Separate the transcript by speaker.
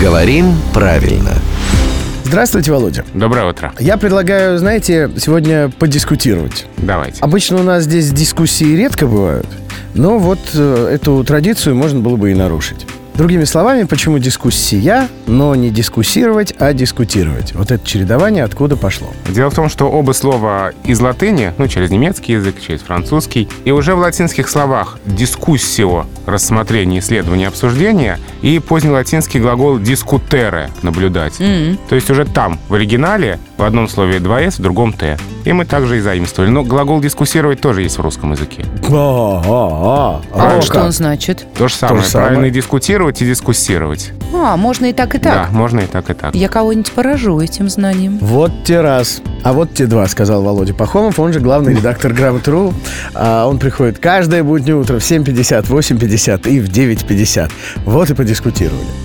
Speaker 1: Говорим правильно.
Speaker 2: Здравствуйте, Володя.
Speaker 3: Доброе утро.
Speaker 2: Я предлагаю, знаете, сегодня подискутировать.
Speaker 3: Давайте.
Speaker 2: Обычно у нас здесь дискуссии редко бывают, но вот э, эту традицию можно было бы и нарушить. Другими словами, почему дискуссия, но не дискуссировать, а дискутировать? Вот это чередование откуда пошло?
Speaker 3: Дело в том, что оба слова из латыни, ну, через немецкий язык, через французский, и уже в латинских словах «дискуссио» — рассмотрение, исследование, обсуждение, и позднелатинский глагол «дискутере» — наблюдать. То есть уже там, в оригинале, в одном слове 2«с», в другом «т». И мы также и заимствовали. Но глагол «дискуссировать» тоже есть в русском языке.
Speaker 2: А, а, а.
Speaker 3: А
Speaker 2: О,
Speaker 3: что?
Speaker 2: как.
Speaker 4: Что он значит?
Speaker 3: То же самое.
Speaker 2: самое.
Speaker 3: Правильно и дискутировать, и дискуссировать.
Speaker 4: А, можно и так, и
Speaker 3: Да,
Speaker 4: так.
Speaker 3: можно и так, и так.
Speaker 4: Я кого-нибудь поражу этим знанием.
Speaker 2: Вот те раз. А вот те два, сказал Володя Пахомов. Он же главный редактор Грамотру. А он приходит каждое буднее утро в 7.50, 8.50 и в 9.50. Вот и подискутировали.